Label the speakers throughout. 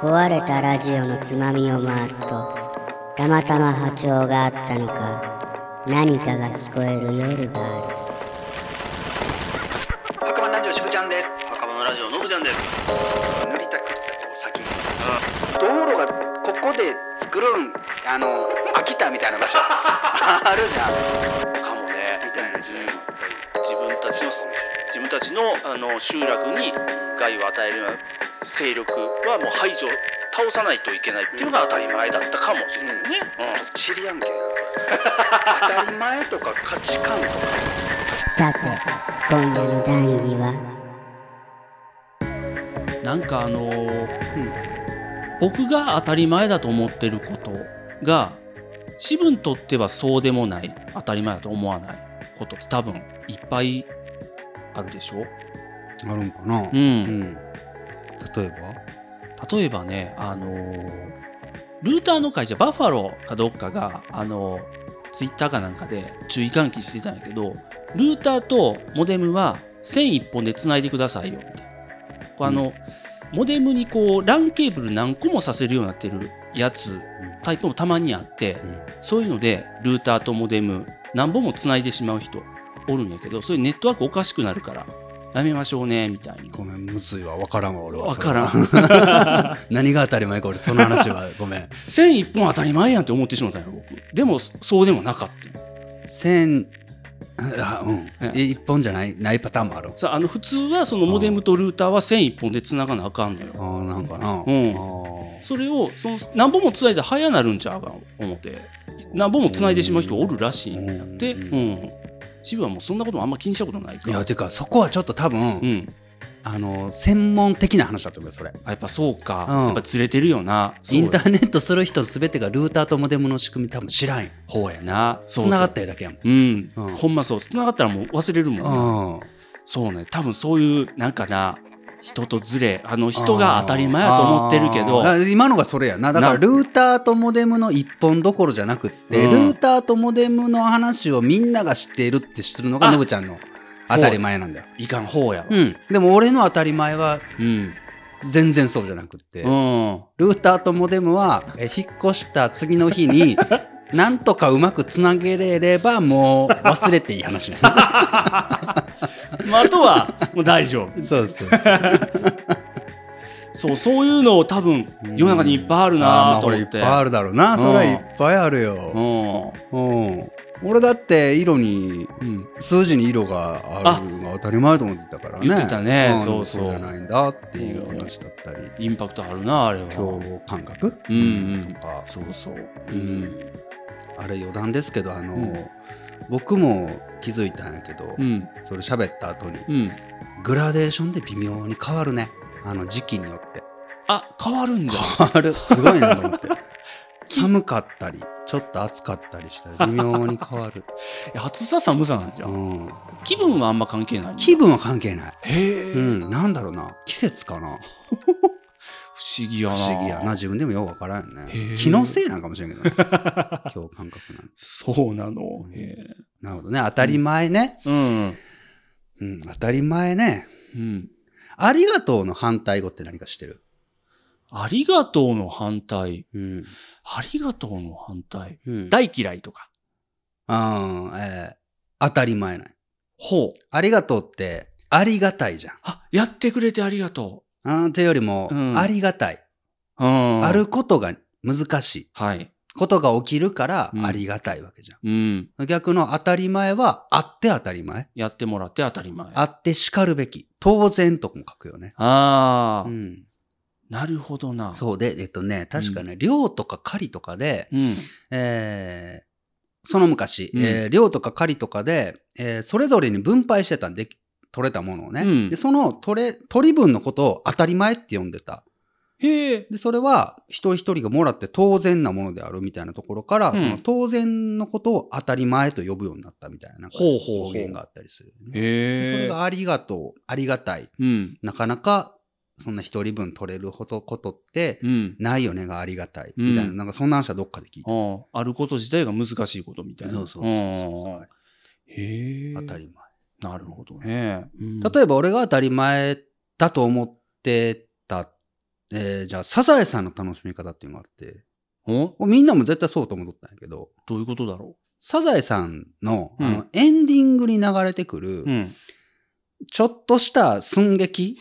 Speaker 1: 壊れたラジオのつまみを回すとたまたま波長があったのか何かが聞こえる夜がある
Speaker 2: 白馬ラジオしぶちゃんです赤羽ラジオのぶちゃんです塗りたくったお先道路がここで作るんあの秋田みたいな 場所あるじゃん
Speaker 3: かもね
Speaker 2: みたいな時代も
Speaker 3: 自分たちの自分たちのあの集落に害を与えるような勢力はもう排除倒さないといけないっていうのが当たり前だったかもしれないね、
Speaker 2: 知りや んけ当たり前とか価値観とか
Speaker 1: さて今夜の談義は
Speaker 4: なんかあのー僕が当たり前だと思ってることが自分にとってはそうでもない当たり前だと思わないことって多分いっぱいあるでしょ、
Speaker 5: あるんかな
Speaker 4: う。ん
Speaker 5: うん。例えば。
Speaker 4: 例えばねあのールーターの会社バッファローかどっかがあのツイッター Twitter かなんかで注意喚起してたんやけどルーターとモデムは線1本でつないでくださいよみたいなこうあの、モデムにこう LAN ケーブル何個もさせるようになってるやつタイプもたまにあって、
Speaker 5: ん
Speaker 4: そういうのでルーターとモデム何本もつないでしまう人おるんやけどそういうネットワークおかしくなるからやめましょうねみたいな。
Speaker 5: ごめん、むついは分からんわ、俺は。
Speaker 4: わからん
Speaker 5: それは。 何が当たり前か、俺、その 話は、ごめん。
Speaker 4: 線一本当たり前やんって思ってしまったんや僕でもそそうでもなかったんよ
Speaker 5: 千。あ、うん。え一本じゃない、ないパターンもある。
Speaker 4: さあの普通はそのモデムとルーターは線一本で繋がなあかんの
Speaker 5: あ
Speaker 4: よ
Speaker 5: ー、なんかな。うんあ
Speaker 4: それをその何本も繋いで早なるんちゃうか思って何本も繋いでしまう人おるらしいんやって
Speaker 5: う
Speaker 4: うんん渋はもうそんなこともあんま気にしたことない
Speaker 5: ー
Speaker 4: か
Speaker 5: い
Speaker 4: ら
Speaker 5: や、てか、そこはちょっと多分、
Speaker 4: うん
Speaker 5: あの、専門的な話だと思うよ、それ。
Speaker 4: あやっぱそうか、
Speaker 5: うん
Speaker 4: やっぱずれてるよなそう
Speaker 5: インターネットする人すべてがルーターとモデムの仕組み多分知らんよ。
Speaker 4: ほうやなそう
Speaker 5: つな
Speaker 4: そ
Speaker 5: が
Speaker 4: う
Speaker 5: ったよだけやもん。
Speaker 4: うん、
Speaker 5: うん
Speaker 4: ほんまそう繋がったらもう忘れるもんな
Speaker 5: うん。
Speaker 4: そうね多分そういうなんかな人とずれあの人が当たり前やと思ってるけど
Speaker 5: あーあー今のがそれやなだから
Speaker 4: な
Speaker 5: ルーターとモデムの一本どころじゃなくって、
Speaker 4: うん
Speaker 5: ルーターとモデムの話をみんなが知っているってするのが
Speaker 4: あ
Speaker 5: のぶちゃんの当たり前なんだよ、
Speaker 4: いかん方やわ
Speaker 5: うん、でも俺の当たり前は
Speaker 4: うん
Speaker 5: 全然そうじゃなくって、
Speaker 4: うん
Speaker 5: ルーターとモデムはえ引っ越した次の日 になんとかうまくつなげれればもう忘れていい話ね
Speaker 4: まあ、あとはもう大丈夫
Speaker 5: そうそう
Speaker 4: そうそういうのを多分世の中にいっぱいある
Speaker 5: あ
Speaker 4: な
Speaker 5: ー
Speaker 4: と
Speaker 5: これ
Speaker 4: 思
Speaker 5: いっ
Speaker 4: って
Speaker 5: ぱいあるだろうな、
Speaker 4: うん
Speaker 5: それはいっぱいあるよ、
Speaker 4: うん
Speaker 5: うん、俺だって色に
Speaker 4: うん
Speaker 5: 数字に色があるのが当たり前と思ってたからね
Speaker 4: 言ってたね
Speaker 5: ん
Speaker 4: そうそう
Speaker 5: でもじゃないんだっていう話だったり
Speaker 4: インパクトあるなあれは
Speaker 5: 共同感覚、
Speaker 4: うんうん
Speaker 5: とか
Speaker 4: そうそう
Speaker 5: うんあれ余談ですけどあの、僕も気づいたんやけど、
Speaker 4: うん
Speaker 5: それ喋った後に
Speaker 4: うん
Speaker 5: グラデーションで微妙に変わるねあの時期によって
Speaker 4: あ変わるんだ
Speaker 5: 変わるすごいなと思って 寒かったりちょっと暑かったりした ら微妙に変わる、
Speaker 4: いや暑さ寒さなんじゃ
Speaker 5: うんん、
Speaker 4: 気分はあんま関係ない
Speaker 5: 気分は関係ない、
Speaker 4: へえ、
Speaker 5: う
Speaker 4: 不
Speaker 5: ん、なんだろうな季節かな
Speaker 4: 思議やな
Speaker 5: 不思議やな自分でもようわからんよね
Speaker 4: へえ
Speaker 5: 気のせいなんかもしれん けどね今日感覚なん
Speaker 4: そうなのへえ
Speaker 5: なるほどね当たり前ね、
Speaker 4: うん
Speaker 5: うん当たり前ね
Speaker 4: うん
Speaker 5: ありがとうの反対語って何かしてる
Speaker 4: ありがとうの反対
Speaker 5: うん、
Speaker 4: ありがとうの反対
Speaker 5: うん、
Speaker 4: 大嫌いとか
Speaker 5: あーえー当たり前ない
Speaker 4: ほう
Speaker 5: ありがとうってありがたいじゃん
Speaker 4: あやってくれてありがと
Speaker 5: あーというよりも、
Speaker 4: うん
Speaker 5: ありがたい、
Speaker 4: ううん
Speaker 5: あることが難しい
Speaker 4: はい
Speaker 5: ことが起きるから
Speaker 4: うん
Speaker 5: ありがたいわけじゃん、
Speaker 4: うん
Speaker 5: 逆の当たり前はあって当たり前
Speaker 4: やってもらって当たり前。
Speaker 5: あってしかるべき当然とかも書くよね
Speaker 4: ああ、
Speaker 5: うん
Speaker 4: なるほどな。
Speaker 5: そうで、えっとね、確かね、寮とか狩りとかで、
Speaker 4: う。ん。
Speaker 5: えーその昔、
Speaker 4: うん
Speaker 5: えー寮とか狩りとかで、えーそれぞれに分配してたんで、取れたものをね。
Speaker 4: うん
Speaker 5: で、その取れ、取り分のことを当たり前って呼んでた。
Speaker 4: へえ。
Speaker 5: で、それは一人一人がもらって当然なものであるみたいなところから、
Speaker 4: うん
Speaker 5: その当然のことを当たり前と呼ぶようになったみたいな、なんか
Speaker 4: ほうほうほう
Speaker 5: 方言があったりするよね、でそ
Speaker 4: へ
Speaker 5: れ
Speaker 4: え。
Speaker 5: がありがとう、ありがたい。
Speaker 4: うん。
Speaker 5: なかなか、そんな一人分取れるほどことって、
Speaker 4: うん。
Speaker 5: ないよねがありがたい。
Speaker 4: うん
Speaker 5: みたいな、なんかそんな話はどっかで聞いた。
Speaker 4: あああること自体が難しいことみたいな。
Speaker 5: そうそうそうそう
Speaker 4: ああへえ。
Speaker 5: 当たり
Speaker 4: なるほどね。うん
Speaker 5: 前。例えば俺が当たり前だと思ってたえーじゃあ、サザエさんの楽しみ方っていうのがあって、
Speaker 4: お
Speaker 5: これみんなも絶対そうと思っとったんやけど、
Speaker 4: どういうことだろ
Speaker 5: サザエさんの,、
Speaker 4: うん
Speaker 5: あのエンディングに流れてくる、
Speaker 4: ううん。
Speaker 5: ちょっとした寸 劇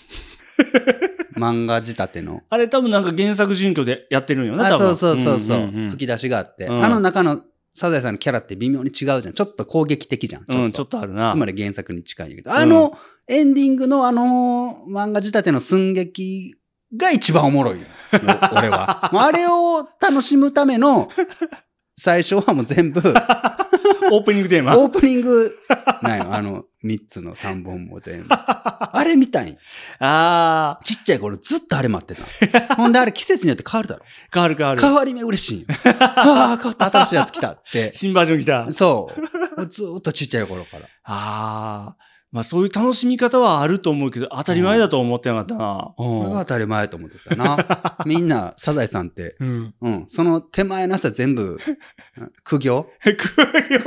Speaker 5: 漫画仕立ての。
Speaker 4: あれ多分なんか原作準拠でやってるんよな、多
Speaker 5: あ、
Speaker 4: 分。
Speaker 5: そうそうそうそう、
Speaker 4: んんん
Speaker 5: 吹き出しがあって、
Speaker 4: うん
Speaker 5: あの中のサザエさんのキャラって微妙に違うじゃん。ちょっと攻撃的じゃん。
Speaker 4: うん、ちょっとあるな
Speaker 5: つ。まり原作に近いんやけど、あの、エンディングのあのー漫画仕立ての寸劇が一番おもろ いよ。お俺は。もうあれを楽しむための、最初はもう全 部、
Speaker 4: オープニングテーマ。
Speaker 5: オープニング、なんよ、あの、3つの3本も全部。あれみたいに。
Speaker 4: あ
Speaker 5: ちっちゃい頃ずっとあれ待って た。ほんであれ季節によって変わるだろ。
Speaker 4: ー、変わる変わる。
Speaker 5: 変わり目嬉しいんよ。ああ、変わった新しいやつ来た って。
Speaker 4: 新バージョン来た。
Speaker 5: そう。もうずっとちっちゃい頃から。
Speaker 4: ああ。まあそういう楽しみ方はあると思うけど、当たり前だと思ってなかったな。う
Speaker 5: これ
Speaker 4: ん
Speaker 5: が当たり前と思ってたな。みんな、サザエさんって、
Speaker 4: うん。
Speaker 5: うん。その手前のやつは 全部、うん苦行
Speaker 4: 来るよ。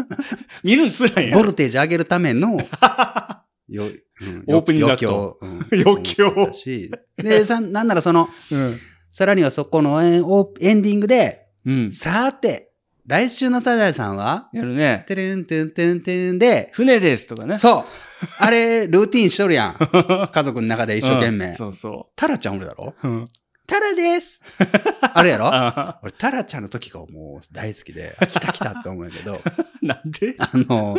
Speaker 4: 見るのつらいんや
Speaker 5: ボ。ルテージ上げるための、 よ、うん
Speaker 4: オープニングアクト。
Speaker 5: 余興。うん
Speaker 4: 余興
Speaker 5: 思ってたしで、さ、なんならその、
Speaker 4: うん。
Speaker 5: さらにはそこのエンオーエンディングで、
Speaker 4: うん。
Speaker 5: さーて、来週のサザエさんは、
Speaker 4: やるね。
Speaker 5: てれんてんてんてんで、
Speaker 4: 船ですとかね。
Speaker 5: そうあれ、ルーティンしと るやん。家族の中で一生懸
Speaker 4: う
Speaker 5: 命
Speaker 4: ん。そうそ
Speaker 5: タラちゃんおるだろ
Speaker 4: う。うん。
Speaker 5: タラですあれやろ
Speaker 4: あ
Speaker 5: 俺、タラちゃんの時がもう大好きで、あ来た来たって思うんやけど、
Speaker 4: ーなんで
Speaker 5: あの、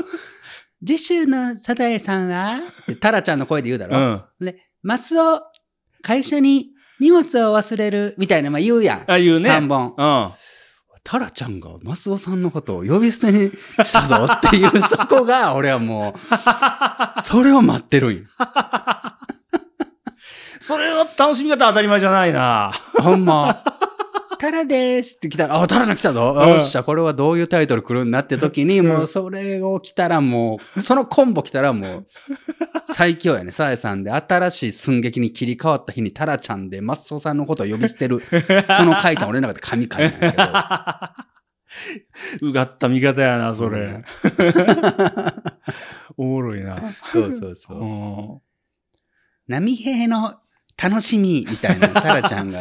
Speaker 5: 次週のサザエさんはってタラちゃんの声で言うだ
Speaker 4: う
Speaker 5: ろ、
Speaker 4: ん。
Speaker 5: で、マスオ、会社に荷物を忘れる、みたいな、まあ言うやん。
Speaker 4: ああいうね。
Speaker 5: 3本。
Speaker 4: うん。
Speaker 5: タラちゃんがマスオさんのことを呼び捨てにしたぞっていうそこが、俺は もう、それを待ってるんよ。
Speaker 4: それは楽しみ方当たり前じゃないな。
Speaker 5: ほんま。タラですって来たら、あ、タラちゃん来たぞ。
Speaker 4: ん
Speaker 5: よっしゃ、これはどういうタイトル来るんだって時に、もうそれを来たらもう、そのコンボ来たらもう、最強やね。サエさんで新しい寸劇に切り替わった日にタラちゃんでマスオさんのことを呼び捨てる。その回答俺の中で神回なんやけど。
Speaker 4: うがった見方やな、それ。 おもろいな。
Speaker 5: そうそうそうう。
Speaker 4: ん。
Speaker 5: 波平の楽しみみたいなタラちゃんが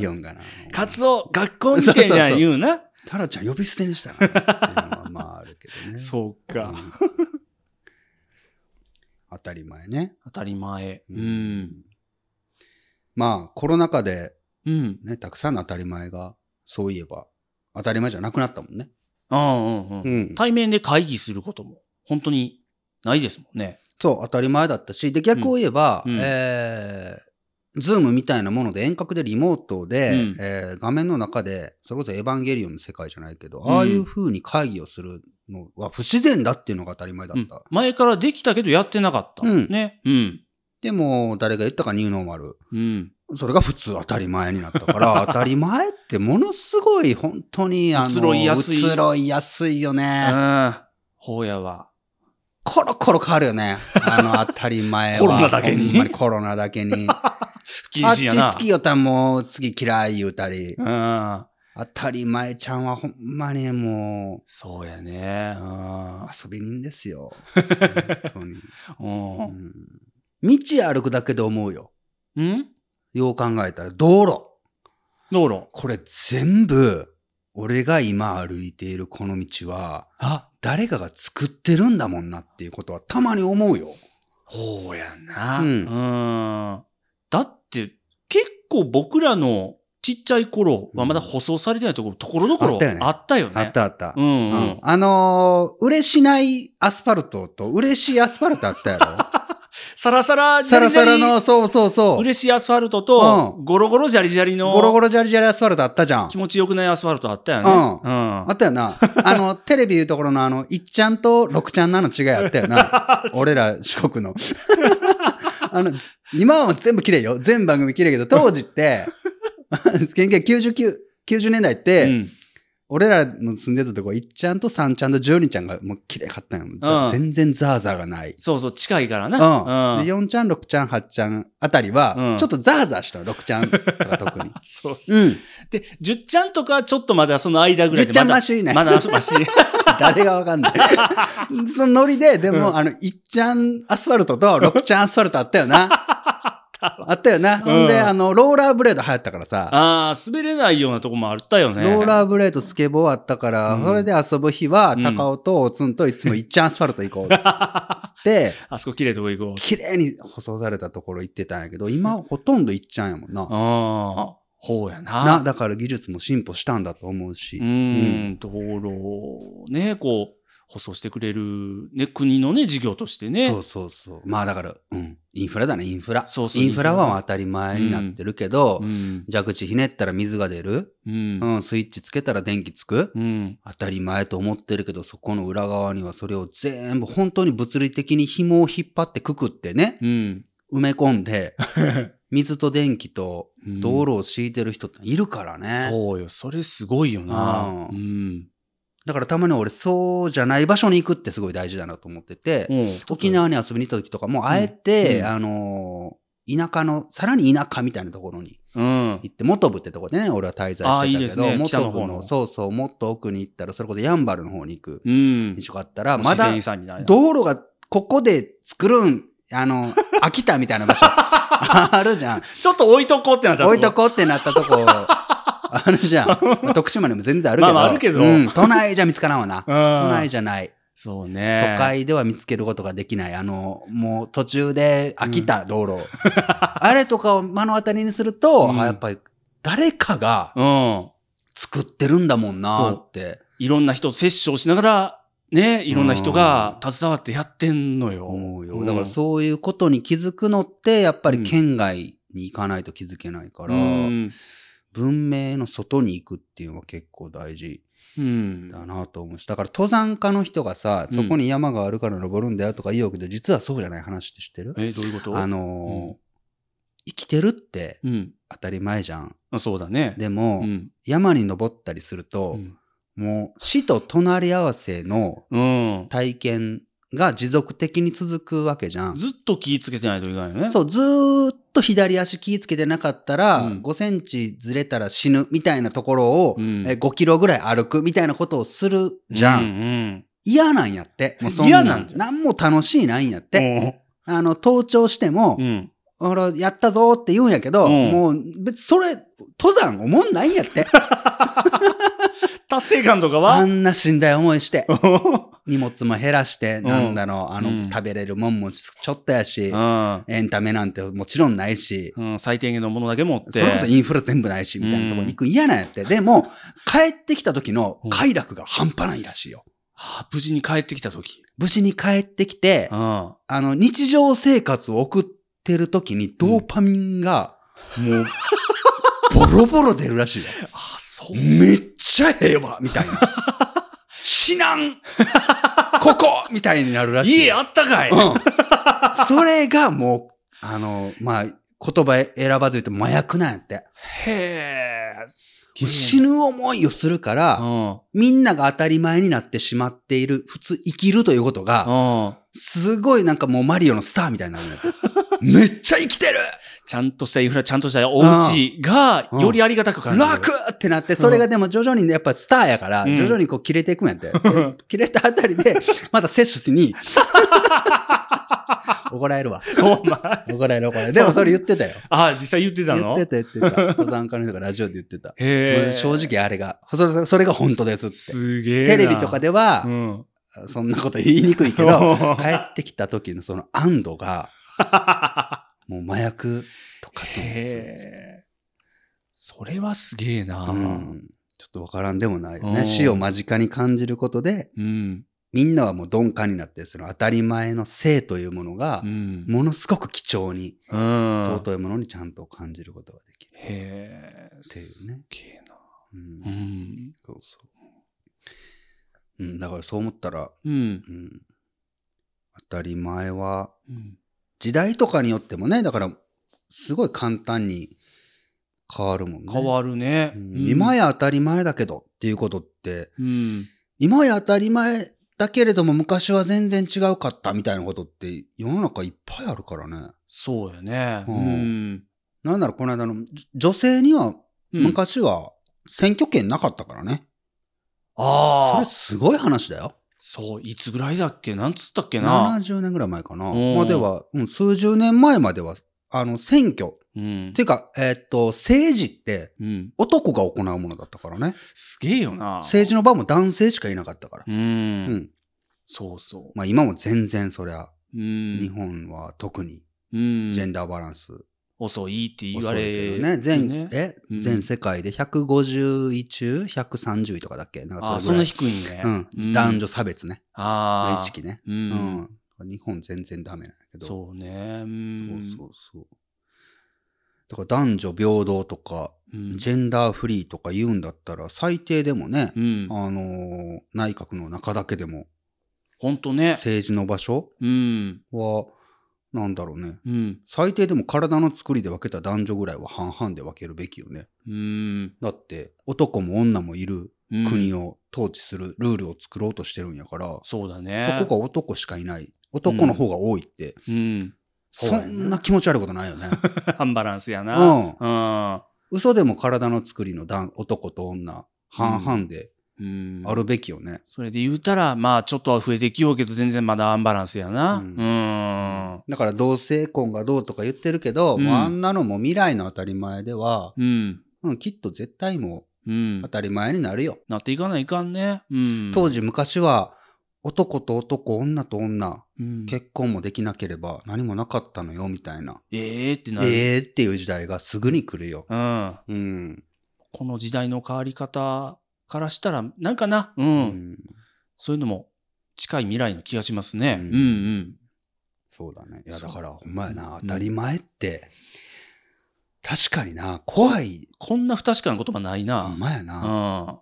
Speaker 5: 言うんか な。
Speaker 4: カツオ、学校に来てんじゃん、言うな。
Speaker 5: タラちゃん呼び捨てにしたなっていうのはまああるけどね。
Speaker 4: そうか。
Speaker 5: うん 当たり前ね。
Speaker 4: 当たり前。
Speaker 5: う
Speaker 4: うんん。
Speaker 5: まあ、コロナ禍で
Speaker 4: うん。
Speaker 5: ね、たくさんの当たり前が、そういえば、当たり前じゃなくなったもんね。
Speaker 4: うんうんうん。
Speaker 5: ん
Speaker 4: 対面で会議することも、本当にないですもんね。
Speaker 5: そう、当たり前だったし、で、逆を言えば、
Speaker 4: うんうん
Speaker 5: えー、ズームみたいなもので遠隔でリモートで、
Speaker 4: うん
Speaker 5: えー画面の中で、それこそエヴァンゲリオンの世界じゃないけど、ああいう風に会議をするのは不自然だっていうのが当たり前だ
Speaker 4: う
Speaker 5: っ
Speaker 4: ん
Speaker 5: た。
Speaker 4: 前からできたけどやってなかった。
Speaker 5: うん
Speaker 4: ね。うん。
Speaker 5: でも、誰が言ったかニューノーマル。
Speaker 4: うん。
Speaker 5: それが普通当たり前になった から、当たり前ってものすごい本当に、あの、
Speaker 4: 移ろいやすい
Speaker 5: 移ろいやすいよね。
Speaker 4: ああ、ほうやは。
Speaker 5: コロコロ変わるよね。あ の、当たり前は。
Speaker 4: コロナだけに
Speaker 5: ほんまコロナだ けに。あ
Speaker 4: 不謹
Speaker 5: っ
Speaker 4: 慎や
Speaker 5: ち
Speaker 4: な。
Speaker 5: 好きよったらもう次嫌い言うたり。
Speaker 4: うん。
Speaker 5: 当たり前ちゃんはほんまにも
Speaker 4: そうやね。うん
Speaker 5: う、遊び人です よ。本
Speaker 4: う
Speaker 5: 当
Speaker 4: ん。
Speaker 5: に。うん、道歩くだけで思うよ。
Speaker 4: うん
Speaker 5: よう考えたら、道路。
Speaker 4: 道路。
Speaker 5: これ全部、俺が今歩いているこの道は、
Speaker 4: あ、
Speaker 5: 誰かが作ってるんだもんなっていうことはたまに思うよ。
Speaker 4: ほうやな。
Speaker 5: う
Speaker 4: うんん。だって、結構僕らのちっちゃい頃はまだ舗装されてないところ、ところどこ
Speaker 5: あっ
Speaker 4: ろ
Speaker 5: たよね
Speaker 4: あったよね。
Speaker 5: あったあった。
Speaker 4: うん、う
Speaker 5: うんん。あのー、嬉しないアスファルトと嬉しいアスファルトあった やろ
Speaker 4: サラサラ、ジ
Speaker 5: サ
Speaker 4: ャリ
Speaker 5: ラ
Speaker 4: ジャ
Speaker 5: サラ
Speaker 4: リ
Speaker 5: の、そうそうそう。
Speaker 4: 嬉しいアスファルトと、
Speaker 5: う
Speaker 4: ゴロゴロジャリジャリの、
Speaker 5: ゴロゴロジャリジャリアスファルトあったじゃん
Speaker 4: 気。持ちよくないアスファルトあったよね。
Speaker 5: う
Speaker 4: うん。
Speaker 5: あったよな。あの、テレビいうところのあの、1ちゃんと6ちゃんなの違いあったよな。俺ら四国の。 あの、今はもう全部綺麗よ。全番組綺麗やけど、当時って、99、90年代って、
Speaker 4: うん
Speaker 5: 俺らの住んでたとこ、1ちゃんと3ちゃんと12ちゃんがもう綺麗かったんよ。ざ
Speaker 4: うん
Speaker 5: 全然ザーザーがない。
Speaker 4: そうそう、近いからな。
Speaker 5: うん。で、4ちゃん、6ちゃん、8ちゃんあたりは
Speaker 4: う、ん
Speaker 5: ちょっとザーザーしたの、6ちゃんとか特に。
Speaker 4: そうそう
Speaker 5: うん。
Speaker 4: で、10ちゃんとかはちょっとまだその間ぐらいで
Speaker 5: 10ちゃん
Speaker 4: まだ
Speaker 5: マシね
Speaker 4: まだマ シ。
Speaker 5: 誰がわかん ない。そのノリで、でも、あの、1ちゃんアスファルトと6ちゃんアスファルトあったよな。
Speaker 4: たわ
Speaker 5: あったよな。ほんで、あの、ローラーブレード流行ったからさ。
Speaker 4: あー滑れないようなとこもあったよね
Speaker 5: ローラーブレード、スケボーあったから、
Speaker 4: うん
Speaker 5: それで遊ぶ日は、
Speaker 4: うん
Speaker 5: 高尾とおつんといつもいっちゃんアスファルト行こ う。つって、
Speaker 4: あそこ綺麗なとこ行こう
Speaker 5: 綺麗に舗装されたところ行ってたんやけど、今ほとんどいっちゃんやもんな。
Speaker 4: ああほうやな
Speaker 5: な、だから技術も進歩したんだと思うし
Speaker 4: う。ん、道路をね、こう、舗装してくれる、ね、国のね、事業としてね。
Speaker 5: そうそうそう。まあだから、うん。インフラだね、インフラ。
Speaker 4: そうそう
Speaker 5: インフラは当たり前になってるけど、
Speaker 4: うん。
Speaker 5: 蛇口ひねったら水が出る。
Speaker 4: うん。
Speaker 5: うん、スイッチつけたら電気つく。
Speaker 4: うん。
Speaker 5: 当たり前と思ってるけど、そこの裏側にはそれを全部本当に物理的に紐を引っ張ってくくってね、
Speaker 4: うん。
Speaker 5: 埋め込 んで、水と電気と
Speaker 4: うん
Speaker 5: 道路を敷いてる人っているからね。
Speaker 4: そうよ。それすごいよな。
Speaker 5: う
Speaker 4: うん。
Speaker 5: だからたまに俺そうじゃない場所に行くってすごい大事だなと思ってて、
Speaker 4: うん
Speaker 5: 沖縄に遊びに行った時とかも、あえて、
Speaker 4: うん
Speaker 5: あのー田舎の、さらに田舎みたいなところに
Speaker 4: うん。
Speaker 5: 行って、元部ってとこでね、俺は滞在して
Speaker 4: あ
Speaker 5: た
Speaker 4: ーいい
Speaker 5: け
Speaker 4: です
Speaker 5: ど、
Speaker 4: ね北
Speaker 5: 元
Speaker 4: の
Speaker 5: 部
Speaker 4: 方
Speaker 5: の、
Speaker 4: の
Speaker 5: そうそう、もっと奥に行ったら、それこそやんばるの方に行く
Speaker 4: うん。
Speaker 5: 一緒があったら、ま
Speaker 4: 自
Speaker 5: だ
Speaker 4: 然遺産になる。
Speaker 5: 道路がここで作るん、あの、秋田みたいな場所あるじゃん。
Speaker 4: ちょっと置いとこうってなった
Speaker 5: 置いとこうってなった とこ、あるじゃん。まあ徳島にも全然あるけど。
Speaker 4: まあまああるけど
Speaker 5: うん、都内じゃ見つからんわな。
Speaker 4: う
Speaker 5: 都
Speaker 4: ん
Speaker 5: 内じゃない。
Speaker 4: そう
Speaker 5: 都
Speaker 4: ね。
Speaker 5: 会では見つけることができない。あの、もう途中で飽きた道路。 あれとかを目の当たりにすると、
Speaker 4: うん
Speaker 5: あやっぱり誰かが
Speaker 4: うん。
Speaker 5: 作ってるんだもんなって
Speaker 4: いろんな人と殺生しながら、ね、いろんな人が携わってやってんのよ。
Speaker 5: 思うよ。
Speaker 4: ん
Speaker 5: だからそういうことに気づくのって、やっぱり県外に行かないと気づけないから、
Speaker 4: うん。
Speaker 5: 文明の外に行くっていうのは結構大事
Speaker 4: うん。
Speaker 5: だなと思うし、だから登山家の人がさ、
Speaker 4: うん
Speaker 5: そこに山があるから登るんだよとか言うけど、実はそうじゃない話って知ってる
Speaker 4: え、どういうこと
Speaker 5: あのー生きてるって
Speaker 4: うん。
Speaker 5: 当たり前じゃん。
Speaker 4: あそうだね。
Speaker 5: でも、
Speaker 4: うん。
Speaker 5: 山に登ったりする
Speaker 4: う
Speaker 5: と、
Speaker 4: ん
Speaker 5: もう死と隣り合わせの
Speaker 4: うん。
Speaker 5: 体験が持続的に続くわけじゃん。
Speaker 4: ずっと気ぃつけてないといけないよね。
Speaker 5: そう、ずーっと左足気ぃつけてなかったら、
Speaker 4: うん
Speaker 5: 5センチずれたら死ぬみたいなところを、
Speaker 4: うん
Speaker 5: え5キロぐらい歩くみたいなことをするじゃん。
Speaker 4: うん
Speaker 5: 嫌なんやって。もうそ
Speaker 4: 嫌なんじゃん
Speaker 5: 何も楽しいないんやっ
Speaker 4: う
Speaker 5: て。
Speaker 4: ん。
Speaker 5: あの、登頂しても、
Speaker 4: うん。
Speaker 5: あら、やったぞーって言うんやけど、
Speaker 4: うん
Speaker 5: もう、別、それ、登山思んないんや って。
Speaker 4: 達成感とか
Speaker 5: あ
Speaker 4: は
Speaker 5: んな死んだ思 いして、荷物も減らして、
Speaker 4: ん
Speaker 5: なんだろう、あの、
Speaker 4: うん
Speaker 5: 食べれるもんもちょっとやし、
Speaker 4: うん
Speaker 5: エンタメなんてもちろんないし、
Speaker 4: うん。最低限のものだけ持って。
Speaker 5: それこそインフラ全部ないし、みたいなとこに行くん嫌なんやって。でも、帰ってきた時の快楽が半端ないらしいよ。
Speaker 4: はあ無事に帰ってきたとき。
Speaker 5: 無事に帰ってきて
Speaker 4: う、ん。
Speaker 5: あの、日常生活を送ってる時にドーパミンが、もう、ボロボロ出るらしいよ。
Speaker 4: あ、そう。
Speaker 5: めっちゃええわみたい な。死なんここみたいになるらしい。
Speaker 4: 家あったかい
Speaker 5: うん。それがもう、あの、まあ、言葉選ばず言うと麻薬なんやって。
Speaker 4: へえ。すげえ
Speaker 5: 死ぬ思いをするか
Speaker 4: う
Speaker 5: ら、
Speaker 4: ん。うん。
Speaker 5: みんなが当たり前になってしまっている、普通生きるということが、すごいなんかもうマリオのスターみたいになるん やって。めっちゃ生きてる
Speaker 4: ちゃんとしたインフラ、ちゃんとしたお家が、
Speaker 5: うん
Speaker 4: よりありがたく感じる。
Speaker 5: 楽ってなって、それがでも徐々にねやっぱスターやから、
Speaker 4: うん
Speaker 5: 徐々にこう切れていくん やって。で切れたあたりで、また摂取しに。 怒られるわ。
Speaker 4: お前。
Speaker 5: 怒られる怒られる。でもそれ言ってたよ。
Speaker 4: あ、実際言ってた
Speaker 5: 言
Speaker 4: の
Speaker 5: ってた言っ てた。登山家の人がラジオで言ってた。
Speaker 4: へ
Speaker 5: も
Speaker 4: え。
Speaker 5: う正。直あれが、それそれが本当ですって。
Speaker 4: すげえな。
Speaker 5: テレビとかでは
Speaker 4: う、ん。
Speaker 5: そんなこと言いにくいけ ど、帰ってきた時のその安堵が、もう麻薬とかそうです。
Speaker 4: へえ。それはすげえな。
Speaker 5: う
Speaker 4: うん。
Speaker 5: んちょっとわからんでもないよ
Speaker 4: う
Speaker 5: ね。
Speaker 4: ん
Speaker 5: 死を間近に感じることで、
Speaker 4: うん。
Speaker 5: みんなはもう鈍感になって、その当たり前の性というものが
Speaker 4: う、ん。
Speaker 5: ものすごく貴重に、
Speaker 4: うん。
Speaker 5: 尊いものにちゃんと感じることができる。
Speaker 4: へえ。って
Speaker 5: いうね
Speaker 4: げえな。
Speaker 5: うん
Speaker 4: うん。
Speaker 5: そうそう。うん、だからそう思ったら、
Speaker 4: うん。
Speaker 5: うん、当たり前は、
Speaker 4: うん。
Speaker 5: 時代とかによってもね、だから、すごい簡単に変わるもんね。
Speaker 4: 変わるね。
Speaker 5: う
Speaker 4: うんん
Speaker 5: 今。や当たり前だけどっていうことって、
Speaker 4: うん。
Speaker 5: 今や当たり前だけれども昔は全然違うかったみたいなことって世の中いっぱいあるからね。
Speaker 4: そうよね。
Speaker 5: う
Speaker 4: うんん。
Speaker 5: なんだろう、この間の、じ女性には
Speaker 4: うん
Speaker 5: 昔は選挙権なかったからね。そ
Speaker 4: あ
Speaker 5: れ
Speaker 4: あ。
Speaker 5: すごい話だよ。
Speaker 4: そう、いつぐらいだっけなんつったっけな。
Speaker 5: 70年ぐらい前かな。
Speaker 4: うん
Speaker 5: まあでは、うん、数十年前まではあの、選挙。
Speaker 4: うん
Speaker 5: て。いうか、えーっと、政治って
Speaker 4: うん。
Speaker 5: 男が行うものだったからね。
Speaker 4: すげえよな。
Speaker 5: 政治の場も男性しかいなかったから。
Speaker 4: う
Speaker 5: うん。
Speaker 4: ん。そうそ
Speaker 5: まあ今も全然そりゃ、
Speaker 4: う。うん。
Speaker 5: 日本は特に
Speaker 4: うん
Speaker 5: ジェンダーバランス
Speaker 4: 遅いって言わ
Speaker 5: 遅
Speaker 4: れ
Speaker 5: いけどね。
Speaker 4: る
Speaker 5: 全、
Speaker 4: ね
Speaker 5: え、
Speaker 4: うん
Speaker 5: 全世界で150位中130位とかだっけなんか
Speaker 4: あ、
Speaker 5: そ
Speaker 4: そん
Speaker 5: れ
Speaker 4: な
Speaker 5: ぐらい
Speaker 4: 低いんね。
Speaker 5: うん。男女差別ね。
Speaker 4: ああ。
Speaker 5: 意識ね。
Speaker 4: う。
Speaker 5: うんん。日本全然ダメなんだけど。
Speaker 4: そうね。う
Speaker 5: そう
Speaker 4: ん
Speaker 5: そうそう。だから男女平等とか、
Speaker 4: うん
Speaker 5: ジェンダーフリーとか言うんだったら、最低でもね、
Speaker 4: うん。
Speaker 5: あのー内閣の中だけでも、
Speaker 4: ほんとね。
Speaker 5: 政治の場所
Speaker 4: うん。
Speaker 5: は、なんだろうね。
Speaker 4: うん。
Speaker 5: 最低でも体の作りで分けた男女ぐらいは半々で分けるべきよね。
Speaker 4: うん。
Speaker 5: だって、男も女もいる
Speaker 4: うん
Speaker 5: 国を統治するルールを作ろうとしてるんやから、
Speaker 4: そうだね。
Speaker 5: そこが男しかいない。男の方が多いって、
Speaker 4: うん。そう
Speaker 5: そ
Speaker 4: だよね
Speaker 5: んな気持ち悪いことないよね。
Speaker 4: アンバランスやな。
Speaker 5: 嘘でも体の作りの男男と女、半々で
Speaker 4: うん。うん。
Speaker 5: あるべきよね。
Speaker 4: それで言うたら、まあ、ちょっとは増えてきようけど、全然まだアンバランスやな。
Speaker 5: う
Speaker 4: うんん。
Speaker 5: だから同性婚がどうとか言ってるけど、
Speaker 4: うん
Speaker 5: もうあんなのも未来の当たり前では、
Speaker 4: うん。
Speaker 5: うん、きっと絶対も
Speaker 4: うん
Speaker 5: う当。たり前になるよ。
Speaker 4: なっていかないかんね。うん。
Speaker 5: 当時昔は男と男、女と女、
Speaker 4: うん
Speaker 5: 結婚もできなければ何もなかったのよみたいな。
Speaker 4: ええってなる。
Speaker 5: えーっていう時代がすぐに来るよ。
Speaker 4: うん。
Speaker 5: うん。
Speaker 4: この時代の変わり方からしたら、なんかな。う。
Speaker 5: うん
Speaker 4: そういうのも近い未来の気がしますね。
Speaker 5: う
Speaker 4: うんんうん。
Speaker 5: そうだね。いや
Speaker 4: そ
Speaker 5: だ
Speaker 4: う
Speaker 5: からほんまや
Speaker 4: う
Speaker 5: な、
Speaker 4: ん
Speaker 5: 当たり前って、確かにな、怖い。
Speaker 4: こんな不確かな言葉ない
Speaker 5: ほ。
Speaker 4: なん
Speaker 5: まや
Speaker 4: う
Speaker 5: な。
Speaker 4: ん。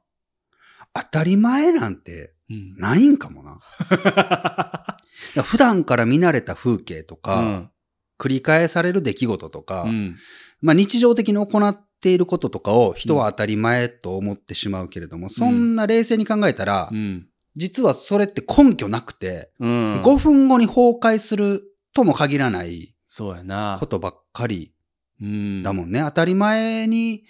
Speaker 5: 当たり前なんて
Speaker 4: うん。
Speaker 5: ないんかも な。だから普段から見慣れた風景と
Speaker 4: う
Speaker 5: か、
Speaker 4: ん。
Speaker 5: 繰り返される出来事とか、
Speaker 4: うん。
Speaker 5: まあ日常的に行っていることとかを人は当たり前と思ってしまうけれども、そんな冷静に考えたら、
Speaker 4: うん。
Speaker 5: 実はそれって根拠なくて、
Speaker 4: うん。
Speaker 5: 5分後に崩壊するとも限らない
Speaker 4: そうやな
Speaker 5: こ。とばっかり
Speaker 4: うん。
Speaker 5: だもんね。当たり前に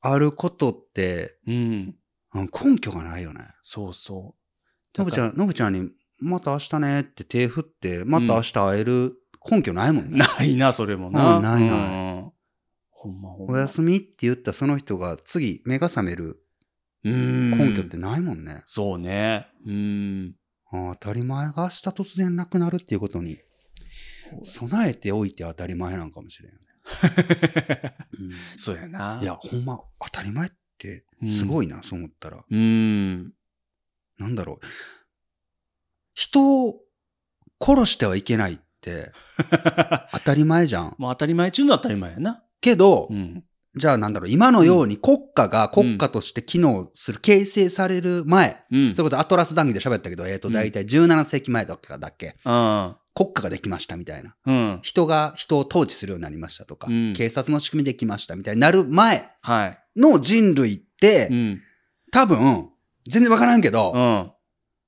Speaker 5: あることって、
Speaker 4: うん。
Speaker 5: うん根拠がないよね。
Speaker 4: そうそう。
Speaker 5: のぶちゃん、のぶちゃんに、また明日ねって手振って、また明日会える根拠ないもんね。
Speaker 4: ないな、それもな。
Speaker 5: うんないない
Speaker 4: うんほんまほんま。
Speaker 5: おやすみって言ったその人が次目が覚める
Speaker 4: うん
Speaker 5: 根拠ってないもんね。
Speaker 4: そうね。うん。
Speaker 5: ああ当たり前が明日突然なくなるっていうことに備えておいて当たり前なんかもしれんよね。 う
Speaker 4: そうやな。
Speaker 5: んいや、ほんま当たり前って
Speaker 4: うん
Speaker 5: すごいな、そう思ったら。
Speaker 4: うん。
Speaker 5: なんだろう。人を殺してはいけないって当たり前じゃん。
Speaker 4: もう当たり前中の当たり前やな。
Speaker 5: けど、
Speaker 4: うん。
Speaker 5: じゃあなんだろう、今のように国家が国家として機能する、形成される前、
Speaker 4: うん
Speaker 5: そ。れこそアトラス談義で喋ったけど、えっ、と、
Speaker 4: うん
Speaker 5: 大体17世紀前だっけだっけ、
Speaker 4: あ
Speaker 5: 国家ができましたみたいな。
Speaker 4: あ。うん。
Speaker 5: 人が人を統治するようになりましたとか、
Speaker 4: うん
Speaker 5: 警察の仕組みできましたみたいになる前
Speaker 4: は
Speaker 5: の人類って、
Speaker 4: い。うん。
Speaker 5: 多分、全然わからんけど、
Speaker 4: うん。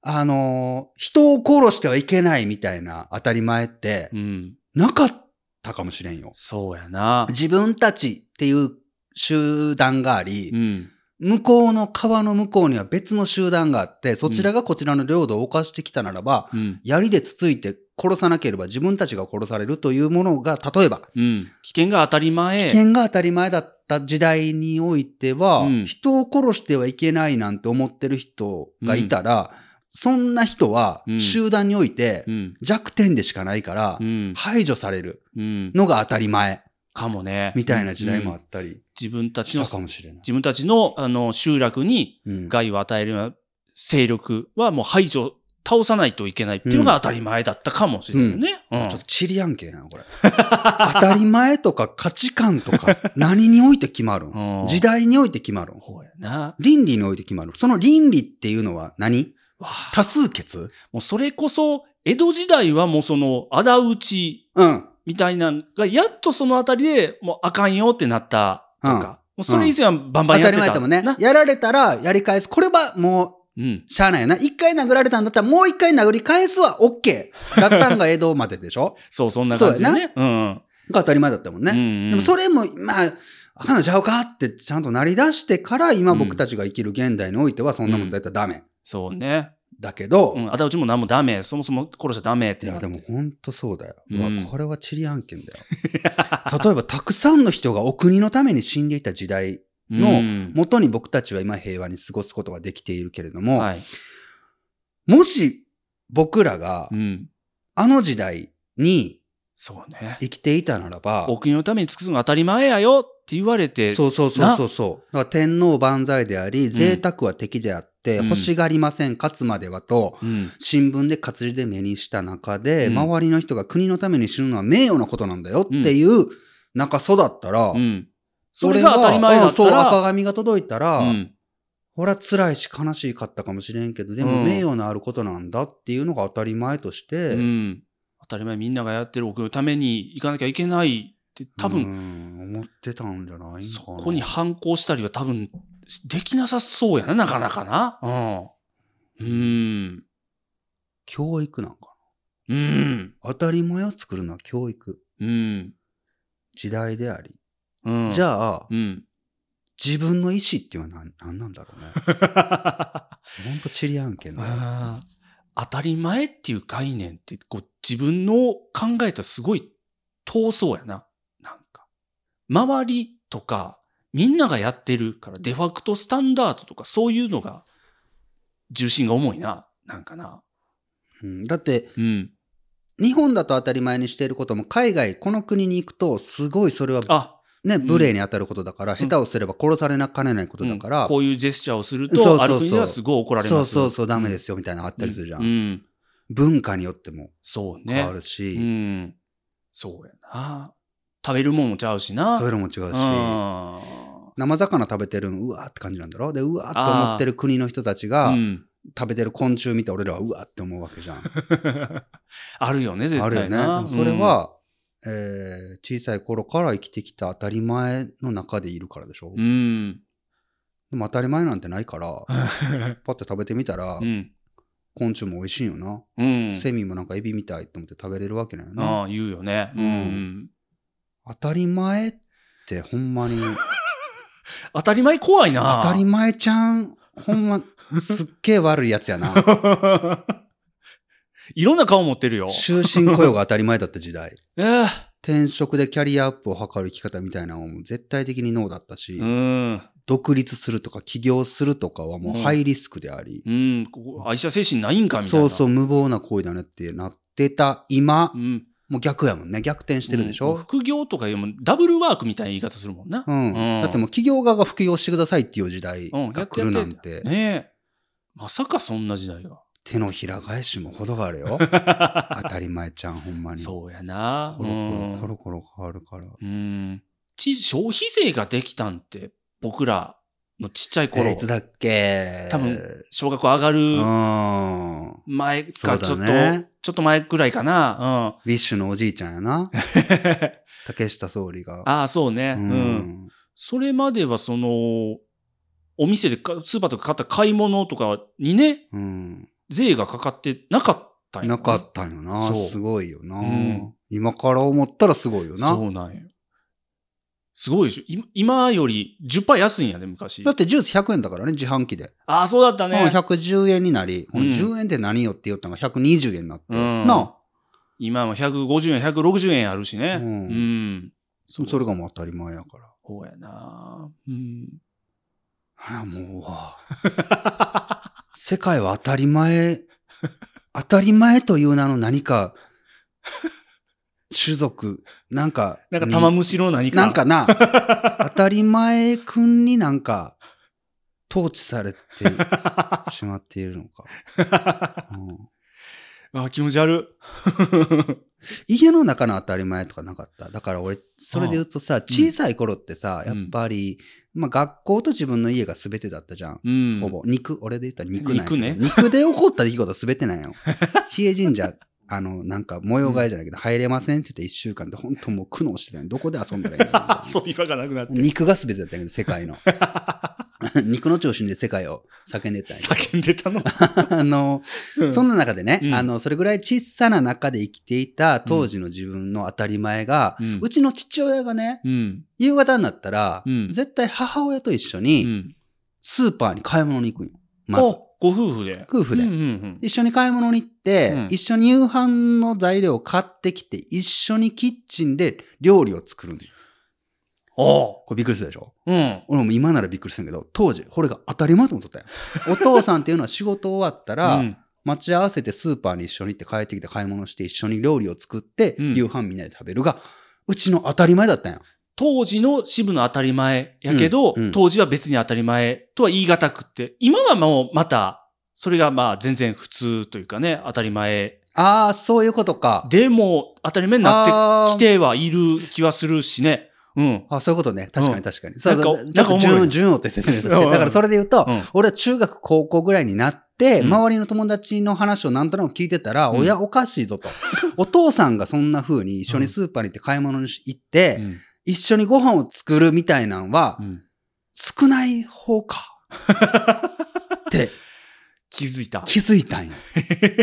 Speaker 5: あのー人を殺してはいけないみたいな当たり前って
Speaker 4: う、ん。
Speaker 5: なかったかもしれんよ。
Speaker 4: そうやな。
Speaker 5: 自分たちっていう集団があり、
Speaker 4: うん。
Speaker 5: 向こうの川の向こうには別の集団があって、そちらがこちらの領土を侵してきたならば、
Speaker 4: うん。
Speaker 5: 槍でつついて殺さなければ自分たちが殺されるというものが、例えば、
Speaker 4: うん。危険が当たり前。
Speaker 5: 危険が当たり前だった時代においては、
Speaker 4: うん
Speaker 5: 人を殺してはいけないなんて思ってる人がいたら、そんな人は
Speaker 4: うん
Speaker 5: 集団において
Speaker 4: うん。
Speaker 5: 弱点でしかないから
Speaker 4: う、ん。
Speaker 5: 排除される
Speaker 4: うん。
Speaker 5: のが当たり前
Speaker 4: かもね。
Speaker 5: みたいな時代もあ
Speaker 4: う
Speaker 5: っ
Speaker 4: ん
Speaker 5: たり
Speaker 4: 自分たち
Speaker 5: し
Speaker 4: の、
Speaker 5: たかも
Speaker 4: 自
Speaker 5: しれない。
Speaker 4: 分たちの、あの、集落に
Speaker 5: うん
Speaker 4: 害を与えるような勢力はもう排除、倒さないといけないっていうのが当たり前だったかもしれないよね。うん
Speaker 5: ちょっとチリアン系やな、これ。 当たり前とか価値観と か、何において決まる
Speaker 4: うんん
Speaker 5: 時代において決まるん
Speaker 4: ほうやな。
Speaker 5: 倫理において決まるその倫理っていうのは何
Speaker 4: わあ
Speaker 5: 多数決
Speaker 4: もうそれこそ、江戸時代はもうその、あだ討ち
Speaker 5: うん。
Speaker 4: みたいなのが、やっとそのあたりでもうあかんよってなったとか、
Speaker 5: うん
Speaker 4: もうそれ以前はバン
Speaker 5: 当
Speaker 4: バンや
Speaker 5: た
Speaker 4: って
Speaker 5: り
Speaker 4: た。
Speaker 5: 前だもんね
Speaker 4: な。
Speaker 5: やられたらやり返す。これはも
Speaker 4: うん。
Speaker 5: う、しゃあないよな。一回殴られたんだったらもう一回殴り返すは OK。だったんが江戸まででし ょ
Speaker 4: そう、そんな感じで
Speaker 5: そう
Speaker 4: ね。うん。
Speaker 5: が当たり前だったもんね。
Speaker 4: ね
Speaker 5: でもそ
Speaker 4: れ、
Speaker 5: れも、まあ、あかんのちゃうかってちゃんとなり出してから今僕たちが生きる現代においてはそんなもん絶対ダメ。
Speaker 4: そうね。
Speaker 5: だけど、
Speaker 4: うん、あたうちも何もダメ、そもそも殺しちゃダメって
Speaker 5: い
Speaker 4: な
Speaker 5: や
Speaker 4: って
Speaker 5: でも本当そうだよ、う
Speaker 4: うん
Speaker 5: わこれは地理案件だよ 例えばたくさんの人がお国のために死んでいた時代の
Speaker 4: うん
Speaker 5: 元に僕たちは今平和に過ごすことができているけれども、
Speaker 4: はい。
Speaker 5: もし僕らが
Speaker 4: うん。
Speaker 5: あの時代に
Speaker 4: そうね。
Speaker 5: 生きていたならば、
Speaker 4: お国のために尽くすのが当たり前やよって言われて、
Speaker 5: そうそうそうそうそう。だから天皇万歳であり、贅沢は敵であっ
Speaker 4: う
Speaker 5: て、
Speaker 4: ん
Speaker 5: 欲しがりません、勝つまではと、
Speaker 4: うん。
Speaker 5: 新聞で活字で目にした中で、
Speaker 4: うん
Speaker 5: 周りの人が国のために死ぬのは名誉なことなんだよっていう中育ったら、
Speaker 4: うん。そ
Speaker 5: 俺
Speaker 4: れが当たり前だった
Speaker 5: うんそう、赤
Speaker 4: ら、
Speaker 5: 紙が届いたら、
Speaker 4: うん。
Speaker 5: ほら辛いし悲しかったかもしれんけど、で
Speaker 4: う
Speaker 5: も
Speaker 4: ん
Speaker 5: 名誉のあることなんだっていうのが当たり前として、
Speaker 4: うん。当たり前みんながやってるお国のために行かなきゃいけないって、多分、
Speaker 5: うん思ってたんじゃないのかな
Speaker 4: そこに反抗したりは多分、できなさそうやな、なかなかな。うん。うん。
Speaker 5: 教育なんか
Speaker 4: うん。
Speaker 5: な。当たり前を作るのは教育。
Speaker 4: うん。
Speaker 5: 時代であり。
Speaker 4: うん。
Speaker 5: じ
Speaker 4: ゃ
Speaker 5: ゃあ、
Speaker 4: うん。
Speaker 5: 自分の意思っていうのは何何なんだろうね。 ほんとチリ案件だよ。
Speaker 4: あー当たり前っていう概念ってこう自分の考えとすごい遠そうやな。なんか。周りとかみんながやってるからデファクトスタンダードとかそういうのが重心が重いな。なんかな。
Speaker 5: うんだって、
Speaker 4: うん。
Speaker 5: 日本だと当たり前にしていることも、海外、この国に行くと、すごいそれは、
Speaker 4: あ、
Speaker 5: ね、
Speaker 4: ん
Speaker 5: 無礼に当たることだから、下手をすれば殺されなかねないことだから、
Speaker 4: うんこういうジェスチャーをする
Speaker 5: そ
Speaker 4: と
Speaker 5: うそう
Speaker 4: あ
Speaker 5: そう
Speaker 4: る国ではすごい怒られ
Speaker 5: そ
Speaker 4: ま
Speaker 5: う
Speaker 4: す。。
Speaker 5: そうそう、ダメですすよ、みたいなのあったりするじゃん。
Speaker 4: うん。
Speaker 5: 文化によっても
Speaker 4: そうね。
Speaker 5: 変わるし、
Speaker 4: うん。そうやな。食べるもんもちゃうしな。
Speaker 5: 食べるも違うし、
Speaker 4: うん
Speaker 5: 生魚食べてるの、うわーって感じなんだろで、うわーって思ってる国の人たちが、
Speaker 4: うん
Speaker 5: 食べてる昆虫見て俺らはうわーって思うわけじゃ ん。
Speaker 4: あるよね、絶
Speaker 5: あるよ
Speaker 4: 対
Speaker 5: ね。
Speaker 4: な
Speaker 5: でもそれ、は、えー小さい頃から生きてきた当たり前の中でいるからでし
Speaker 4: う
Speaker 5: ょ、
Speaker 4: ん。
Speaker 5: で
Speaker 4: うん。
Speaker 5: も当たり前なんてないから、 パッと食べてみたら、
Speaker 4: うん。
Speaker 5: 昆虫も美味しいよな、
Speaker 4: うん。
Speaker 5: セミもなんかエビみたいと思って食べれるわけなんよな。
Speaker 4: ああ、言うよね。う
Speaker 5: う
Speaker 4: んん。
Speaker 5: 当たり前ってほ んまに、
Speaker 4: 当たり前怖いな。
Speaker 5: 当たり前ちゃん、ほんま、すっげえ悪いや つやな。
Speaker 4: 前。いろんな顔持ってるよ。
Speaker 5: 終身雇用が当たり前だった時代。
Speaker 4: ええ
Speaker 5: 転職でキャリアアップを図る生き方みたいなのはもう絶対的にノーだったし、
Speaker 4: うん。
Speaker 5: 独立するとか起業するとかはもうハイリスクであり、
Speaker 4: うん。ここ愛車精神ないんかみたい
Speaker 5: そ
Speaker 4: な。
Speaker 5: うそう、無謀な行為だねってなってた今、
Speaker 4: うん。
Speaker 5: もう逆やもんね。逆転してるでし
Speaker 4: うん
Speaker 5: ょ、
Speaker 4: 副業とかいうもんダブルワークみたいな言い方するもんな。
Speaker 5: うん、
Speaker 4: うん
Speaker 5: だってもう企業側が副業してくださいっていう時代
Speaker 4: うん。や
Speaker 5: が
Speaker 4: って
Speaker 5: 来
Speaker 4: や
Speaker 5: る
Speaker 4: っ
Speaker 5: な
Speaker 4: て
Speaker 5: んて、
Speaker 4: ねえ。まさかそんな時代が。
Speaker 5: 手のひら返しも程があ るよ。当たり前ちゃん、ほんまに。
Speaker 4: そうやな。
Speaker 5: コロ
Speaker 4: うん
Speaker 5: コロ、コロコロ変わるから。
Speaker 4: うん。ち、消費税ができたんって、僕らのちっちゃい頃、
Speaker 5: えーいつだっけ
Speaker 4: 多分小学校上がる
Speaker 5: うん。
Speaker 4: 前
Speaker 5: そ
Speaker 4: か、
Speaker 5: う
Speaker 4: ち
Speaker 5: だ
Speaker 4: ょっと、
Speaker 5: ね。
Speaker 4: ちょっと前くらいかな。
Speaker 5: ウィッシュのおじいちゃん やな。
Speaker 4: うん。
Speaker 5: 竹下総理が。
Speaker 4: ああ、そうね、
Speaker 5: う
Speaker 4: うんん。それまでは、その、お店でか、スーパーとか買った買い物とかにね、
Speaker 5: うん。
Speaker 4: 税がかかってなかったんや
Speaker 5: なかったんよな。
Speaker 4: そう
Speaker 5: すごいよな、
Speaker 4: うん
Speaker 5: 今から思ったらすごいよな。
Speaker 4: そうなんや。すごいでしょ。今今より10%安いんやね、昔
Speaker 5: だっ。てジュース100円だからね、自販機で。
Speaker 4: ああ、そうだった
Speaker 5: うん
Speaker 4: ね。
Speaker 5: 110円になり、この
Speaker 4: うん
Speaker 5: 10円って何よって言ったのが120円になって。
Speaker 4: うん
Speaker 5: な
Speaker 4: 今も150円、160円あるしね。
Speaker 5: う
Speaker 4: うんん。
Speaker 5: あそれがもう当たり前やから。
Speaker 4: ほうやなうん。
Speaker 5: はあ、もううわ、 世界は当たり前、当たり前という名の何か、種族、なんか、
Speaker 4: なんか
Speaker 5: に
Speaker 4: 玉虫の何か。
Speaker 5: なんかな、当たり前くんになんか、統治されてしまっているの か。うん
Speaker 4: あ、気持ち悪
Speaker 5: 家の中の当たり前とかなかった。だから俺、それで言うとさ、小さい頃ってさ、や
Speaker 4: う
Speaker 5: っ
Speaker 4: ん
Speaker 5: ぱり、まあ学校と自分の家が全てだったじゃん。
Speaker 4: い。うん。
Speaker 5: ほぼ。肉、俺で言ったら肉なんやけど
Speaker 4: 肉ね
Speaker 5: 肉で起こった出来事は全てなんよ。比 叡神社、あの、なんか模様替えじゃないけど、入れませんって言って一週間で本当もう苦悩してたのどこで遊んだらいいの
Speaker 4: あ遊び場がなくなって。
Speaker 5: 肉が全てだったけど、世界の。 肉の中心で世界を叫んで たんやけ
Speaker 4: 叫
Speaker 5: ど
Speaker 4: んでたの。
Speaker 5: あの、 そんな中でね、
Speaker 4: うん
Speaker 5: あの、それぐらい小さな中で生きていた当時の自分の当たり前が、
Speaker 4: う
Speaker 5: うんちの父親がね、
Speaker 4: うん。
Speaker 5: 夕方になったら、
Speaker 4: うん
Speaker 5: 絶対母親と一緒
Speaker 4: う
Speaker 5: に
Speaker 4: ん。
Speaker 5: スーパーに買い物に行くんよ。まず。
Speaker 4: おご夫婦で。
Speaker 5: 夫婦で
Speaker 4: うんうんうん
Speaker 5: 一緒に買い物に行って、
Speaker 4: うん
Speaker 5: 一緒に夕飯の材料を買ってきて、一緒にキッチンで料理を作るんですよ。
Speaker 4: お
Speaker 5: これびっくりするでしょ
Speaker 4: ううん。
Speaker 5: 俺も今ならびっくりするんやけど、当時、これが当たり前だと思っ とったよ。お父さんっていうのは仕事終わったら、
Speaker 4: うん
Speaker 5: 待ち合わせてスーパーに一緒に行って帰ってきて買い物して一緒に料理を作って、
Speaker 4: うん
Speaker 5: 夕飯みんなで食べるが、うちの当たり前だったんや。
Speaker 4: 当時の支部の当たり前やけど、
Speaker 5: うんうん
Speaker 4: 当時は別に当たり前とは言い難くって、今はもうまた、それがまあ全然普通というかね、当たり前。
Speaker 5: ああ、そういうことか。
Speaker 4: でも、当たり前にな
Speaker 5: あ
Speaker 4: って
Speaker 5: ー
Speaker 4: きてはいる気はするしね。うん。
Speaker 5: あそういうことね。確かに確かに。
Speaker 4: な
Speaker 5: そ
Speaker 4: んか
Speaker 5: うちょっ
Speaker 4: なん
Speaker 5: と
Speaker 4: かおもろ
Speaker 5: 順
Speaker 4: い
Speaker 5: を、順をって説明して。
Speaker 4: うん
Speaker 5: だからそれで言うと、
Speaker 4: うん
Speaker 5: 俺は中学、高校ぐらいになって、
Speaker 4: うん
Speaker 5: 周りの友達の話をなんとなく聞いてたら、
Speaker 4: うん
Speaker 5: 親おかしいぞと。お父さんがそんな風に一緒にスーパーに行って買い物に行って、
Speaker 4: うん
Speaker 5: 一緒にご飯を作るみたいなんは
Speaker 4: う、ん
Speaker 5: 少ない方か。って
Speaker 4: 気づいた。
Speaker 5: 気づい たんよ。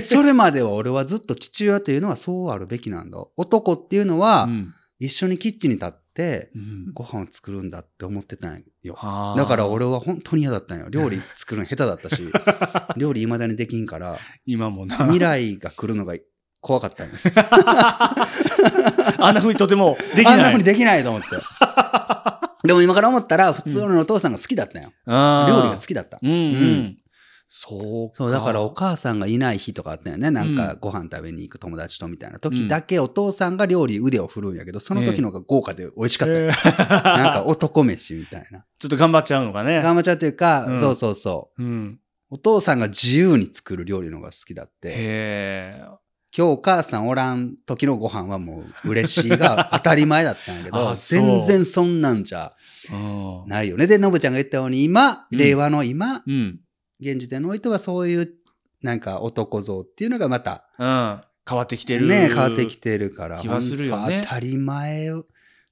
Speaker 5: それまでは俺はずっと父親というのはそうあるべきなんだ。男っていうのは、
Speaker 4: うん
Speaker 5: 一緒にキッチンに立って、
Speaker 4: うん
Speaker 5: ご飯を作るんだって思ってたんよ。
Speaker 4: あー
Speaker 5: だから俺は本当に嫌だったんよ。料理作るの下手 だったし、料理未だにできんから、
Speaker 4: 今もな、
Speaker 5: 未来が来るのが怖かったんよ。
Speaker 4: あんな風にとても でき
Speaker 5: あんな
Speaker 4: ない。
Speaker 5: 風にできない と思って。でも今から思ったら、普通のお父さんが好きだったんよ。
Speaker 4: あー
Speaker 5: 料理が好きだった。
Speaker 4: うんうん。
Speaker 5: う
Speaker 4: そうか。
Speaker 5: そう、だからお母さんがいない日とかあったよね。なん
Speaker 4: う
Speaker 5: かご飯食べに行く友達とみたいな時だけお父さんが料理腕を振るんやけど、その時の方が豪華で美味しかったよ。
Speaker 4: えー
Speaker 5: なんか男飯みたいな。
Speaker 4: ちょっと頑張っちゃうのかね。
Speaker 5: ガマちゃんというか、
Speaker 4: うん
Speaker 5: そうそうそう。
Speaker 4: うん。
Speaker 5: お父さんが自由に作る料理の方が好きだって。
Speaker 4: へえ。
Speaker 5: 今日お母さんおらん時のご飯はもう嬉しいが当たり前だったんやけ ど、
Speaker 4: あそう
Speaker 5: 全然そんなんじゃ
Speaker 4: うん
Speaker 5: ないよね。で、のぶちゃんが言ったように今、
Speaker 4: うん
Speaker 5: 令和の今、
Speaker 4: うん。
Speaker 5: 現時点においてはそういうなんか男像っていうのがまた
Speaker 4: うん。変わってきてる。
Speaker 5: ね変わってきてるから
Speaker 4: 気はするよね
Speaker 5: ほんと当たり前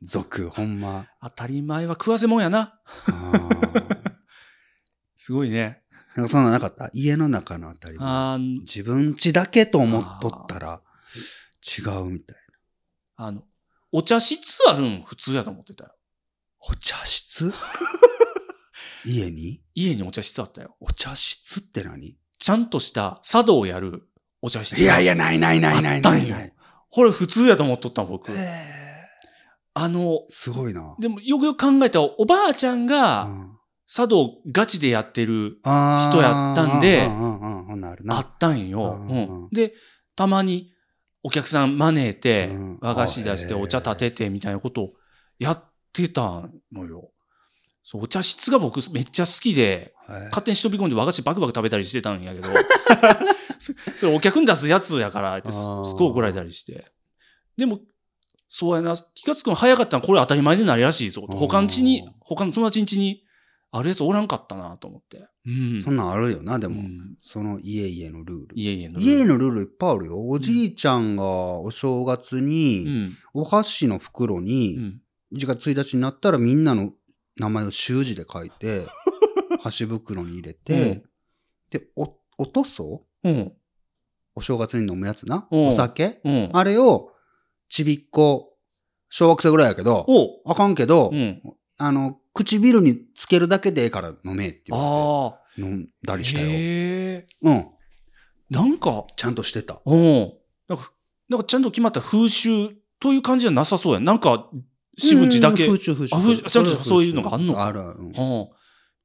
Speaker 5: 族ほ んま
Speaker 4: 当たり前は食わせもんやな。
Speaker 5: あー
Speaker 4: すごいね。
Speaker 5: なんかそんななかった家の中の当たり前
Speaker 4: あー
Speaker 5: 自分家だけと思っとったら違うみたい
Speaker 4: あの、お茶室あるん普通やと思ってたよ。
Speaker 5: お茶 室家に
Speaker 4: 家にお茶室あったよ。
Speaker 5: お茶室って何
Speaker 4: ちゃんとした茶道をやるお茶室。
Speaker 5: いやいやないないないな
Speaker 4: あっ
Speaker 5: い
Speaker 4: た
Speaker 5: なんい
Speaker 4: よ
Speaker 5: ないへ
Speaker 4: これ普通やと思っとったん僕。
Speaker 5: え
Speaker 4: あの、
Speaker 5: すごいな、
Speaker 4: でもよくよく考えたらおばあちゃん
Speaker 5: う
Speaker 4: が
Speaker 5: ん
Speaker 4: 茶道ガチでやってる
Speaker 5: あー
Speaker 4: 人やったんで
Speaker 5: うんうんうんうんほんなんあるな
Speaker 4: あったんよ。
Speaker 5: うん
Speaker 4: う
Speaker 5: うん
Speaker 4: ん、で、たまにお客さん招いて
Speaker 5: うん、
Speaker 4: 和菓子出して
Speaker 5: あへー
Speaker 4: お茶立ててみたいなことをやってたのよ。そうお茶室が僕めっちゃ好きで、
Speaker 5: へえ
Speaker 4: 勝手に忍び込んで和菓子バクバク食べたりしてたんやけど、そそれお客に出すやつやからってす
Speaker 5: あー
Speaker 4: すごい怒られたりして。でも、そうやな、気がつくの早かったのこれ当たり前になるらしいぞと。他ん家に
Speaker 5: うん、
Speaker 4: 他の友達ん家にあるやつおらんかったなと思って。うん。
Speaker 5: そんなんあるよなでも、
Speaker 4: うん
Speaker 5: その家々のルール
Speaker 4: 家々のルール。
Speaker 5: 家のルールいっぱいあるよ。おじいちゃんがお正月
Speaker 4: う
Speaker 5: に、
Speaker 4: ん。
Speaker 5: お箸の袋
Speaker 4: う
Speaker 5: に、
Speaker 4: ん
Speaker 5: 1月1日になったらみんなの名前を習字で書い て、箸袋に入れて、で、お、おとそ
Speaker 4: うん。
Speaker 5: お正月に飲むやつな。
Speaker 4: うん
Speaker 5: お酒
Speaker 4: うん。
Speaker 5: あれを、ちびっこ、小学生ぐらいやけど、
Speaker 4: おう。
Speaker 5: あかんけど
Speaker 4: う、ん。
Speaker 5: あの、唇につけるだけでええから飲めって言わ
Speaker 4: ああ。
Speaker 5: れて、飲んだりしたよ。
Speaker 4: へえ。
Speaker 5: うん。
Speaker 4: なんか、
Speaker 5: ちゃんとしてた。
Speaker 4: うん。なんか、なんかちゃんと決まった風習という感じじゃなさそうやん。なんか、しぶちだけ。
Speaker 5: うん
Speaker 4: う
Speaker 5: 風
Speaker 4: ん。
Speaker 5: 習風習
Speaker 4: あ風習ちゃんとそういうのがあんのか
Speaker 5: あるある。うん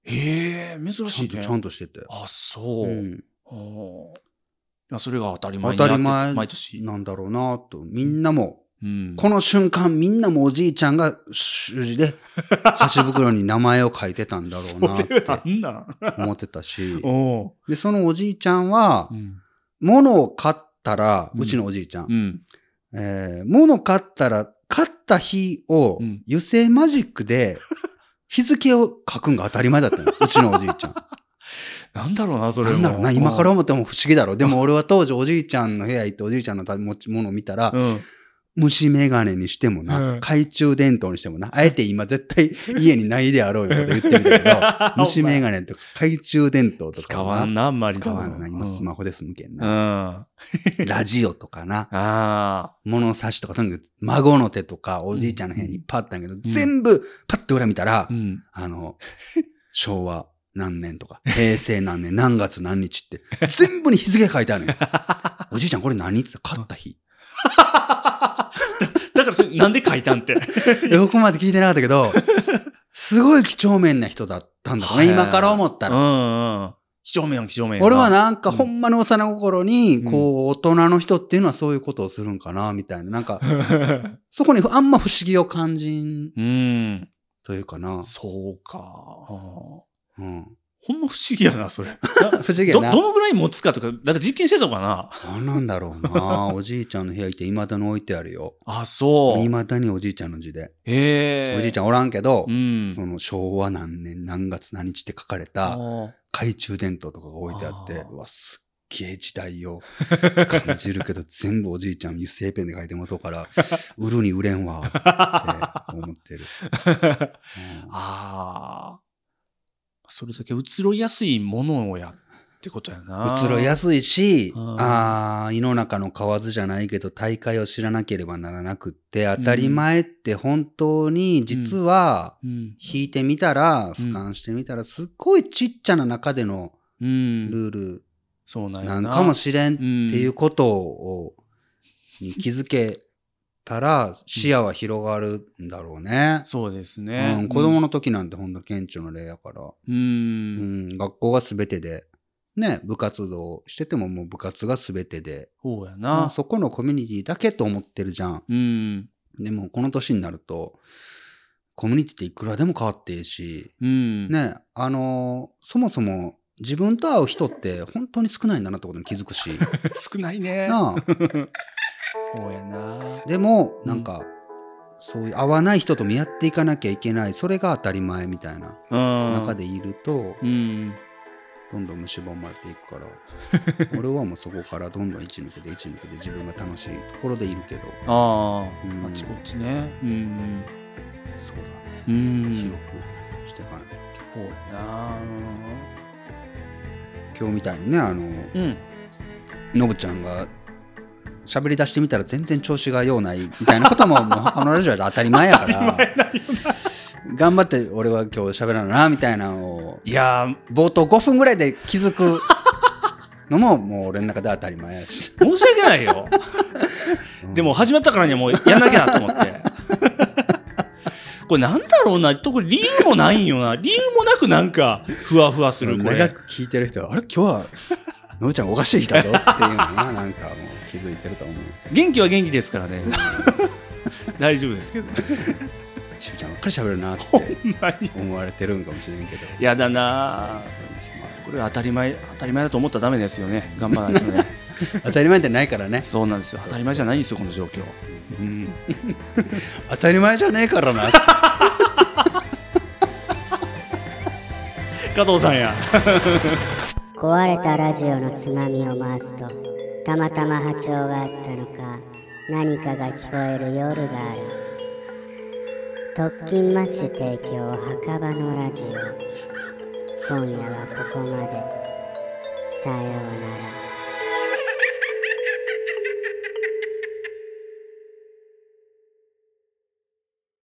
Speaker 4: へえ、珍
Speaker 5: ちゃ
Speaker 4: し
Speaker 5: ん
Speaker 4: い
Speaker 5: と
Speaker 4: ね。
Speaker 5: ちゃんとしてて。
Speaker 4: あ、そう。
Speaker 5: う
Speaker 4: うん。
Speaker 5: ん
Speaker 4: いやそれが当たり前になっ
Speaker 5: 当
Speaker 4: たて
Speaker 5: り前
Speaker 4: 毎年。
Speaker 5: なんだろうなと。みんなも、
Speaker 4: うん。
Speaker 5: この瞬間みんなもおじいちゃんが習 字で箸袋に名前を書いてたんだろうな
Speaker 4: それ
Speaker 5: っ
Speaker 4: は
Speaker 5: て
Speaker 4: なんなん。
Speaker 5: 思ってたし
Speaker 4: お
Speaker 5: で、そのおじいちゃんは
Speaker 4: う。う、ん。
Speaker 5: 物を買ったら、
Speaker 4: うん
Speaker 5: うちのおじいちゃん
Speaker 4: う、ん。
Speaker 5: えー物買ったら、買った日を
Speaker 4: うん
Speaker 5: 油性マジッ クで日付を書くんが当たり前だったの。うちのおじいちゃん。
Speaker 4: なんだろうな、それ
Speaker 5: な
Speaker 4: も。
Speaker 5: んだろうな、今から
Speaker 4: ら。
Speaker 5: 思っても不思議だろう。でも俺は当時おじいちゃんの部屋行っておじいちゃんの持ち物を見たら、
Speaker 4: うん。
Speaker 5: 虫眼鏡にしてもな、
Speaker 4: うん
Speaker 5: 懐中電灯にしてもな、あえて今絶対家にないであろうよこと言ってみたけど、 虫眼鏡とか懐中電灯とか
Speaker 4: 使
Speaker 5: は
Speaker 4: わんな、あんまり。
Speaker 5: 使わんな。今ス
Speaker 4: ホ。
Speaker 5: マホですむけん
Speaker 4: うん。あ
Speaker 5: な。ラジオとかな、
Speaker 4: あ。
Speaker 5: 物差しとか、とにかく孫の手とかおじいちゃんの部屋にいっぱいあったんやけど、全部パッと裏見たら、
Speaker 4: うん。
Speaker 5: あの、昭和何年とか、 平成何年、何月何日って、全部に日付書いて あるのよ。おじいちゃんこれ何って言ったら、買った日。
Speaker 4: だからそれなんで書いたん って。
Speaker 5: えここまで聞いてなかった けど、すごい几帳面な人だったんだろうね、
Speaker 4: はい
Speaker 5: 今から思った
Speaker 4: う
Speaker 5: ら。
Speaker 4: んうん。几帳面やん、几帳面やん。
Speaker 5: 俺はなん
Speaker 4: う
Speaker 5: か
Speaker 4: ん
Speaker 5: ほんまに幼心に、
Speaker 4: うん
Speaker 5: こう、大人の人っていうのはそういうことをするんかな、みたいな。なんか、そこにあんま不思議を感じん
Speaker 4: うん。
Speaker 5: というかな。
Speaker 4: そうか。うん
Speaker 5: うん、
Speaker 4: ほんま不思議やな、それ。
Speaker 5: 不思議や
Speaker 4: ど、
Speaker 5: な。
Speaker 4: どのぐらい持つかとか、なんか実験してたのかな
Speaker 5: なんなんだろうな。おじいちゃんの部屋行って未だに置いてあるよ。
Speaker 4: あ、そう。
Speaker 5: 未だにおじいちゃんの字で。
Speaker 4: へえ。
Speaker 5: おじいちゃんおらんけど
Speaker 4: う、ん。
Speaker 5: その昭和何年何月何日って書かれ
Speaker 4: あ
Speaker 5: た懐中電灯とかが置いてあって、
Speaker 4: あー
Speaker 5: うわ、すっげえ時代 を感じるけど、全部おじいちゃん油性ペンで書いてもとう から、売るに売れんわって思ってる。うん
Speaker 4: あー。それだけ移ろいやすいものをやってことやな。
Speaker 5: 移ろいやすいし、
Speaker 4: うん
Speaker 5: ああ、世の中の蛙じゃないけど、大会を知らなければならなくって、当たり前って本当に、実は、
Speaker 4: うん。
Speaker 5: 引いてみたら、
Speaker 4: うん
Speaker 5: 俯瞰してみたら、すっごいちっちゃな中での
Speaker 4: うん。
Speaker 5: ルール
Speaker 4: そうなんや
Speaker 5: な
Speaker 4: な。
Speaker 5: んかもしれんって
Speaker 4: うん
Speaker 5: いうことを、に気づけたら、視野は広がるんだろうね。
Speaker 4: そうですね。
Speaker 5: うん、子供の時なんてほんと顕著な例やから。
Speaker 4: う。
Speaker 5: うんん、学校が全てで、ね、部活動しててももう部活が全てで、
Speaker 4: そうや
Speaker 5: まあ
Speaker 4: な。
Speaker 5: そこのコミュニティだけと思ってるじゃん。
Speaker 4: うん。
Speaker 5: でもこの年になると、コミュニティっていくらでも変わっていいし、
Speaker 4: うん。
Speaker 5: ね、あのーそもそも自分と会う人って本当に少ないんだなってことに気づ くし、
Speaker 4: 少ないね。
Speaker 5: なあ、
Speaker 4: そうやな。
Speaker 5: でも、なんか、そういう合わない人と見合っていかなきゃいけない、それが当たり前みたいな
Speaker 4: うん。
Speaker 5: 中でいると、
Speaker 4: うん。
Speaker 5: どんどん蝕まれていくから、 俺はもうそこからどんどん一抜けで一抜けで自分が楽しいところでいるけど、
Speaker 4: あ
Speaker 5: うん
Speaker 4: あ、あっちこっちね。うん。
Speaker 5: そうだね、
Speaker 4: うん。
Speaker 5: 広くしていかない。
Speaker 4: そうやな。
Speaker 5: 今日みたいにね、あの、
Speaker 4: うん。
Speaker 5: のぶちゃんが喋り出してみたら全然調子がようないみたいなことももうこのラジオで 当たり前やから頑張って俺は今日喋らななみたいなのを
Speaker 4: いやー、
Speaker 5: 冒頭5分ぐらいで気 づくのももう俺の中で当たり前やし、
Speaker 4: 申し訳ない よ。でも始まったからにはもうやんなきゃなと思って。これなんだろうな、特に理由もないんよな。理由もなくなんか、ふわふわする、こ
Speaker 5: 長
Speaker 4: れ。
Speaker 5: く聞いてる人はあれ今日はのぶちゃんおかしい人だぞっていうのはなんかもう気づいてると思う
Speaker 4: 元気は元気ですから ね。大丈夫ですけど。
Speaker 5: しゅうちゃんばっかり喋るなって
Speaker 4: ほんまに。
Speaker 5: 思われてるんかもし れんけど
Speaker 4: やだなあこれは当たり前当たり前だと思ったらダメですよね頑張らないと ね
Speaker 5: 当たり前じゃないからね
Speaker 4: そうなんですよ当たり前じゃないんですよこの状況うん
Speaker 5: 当たり前じゃねえからなって
Speaker 4: 加藤さんや
Speaker 1: 壊れたラジオのつまみを回すとたまたま波長があったのか何かが聞こえる夜がある特勤マッシュ提供墓場のラジオ今夜はここまでさようなら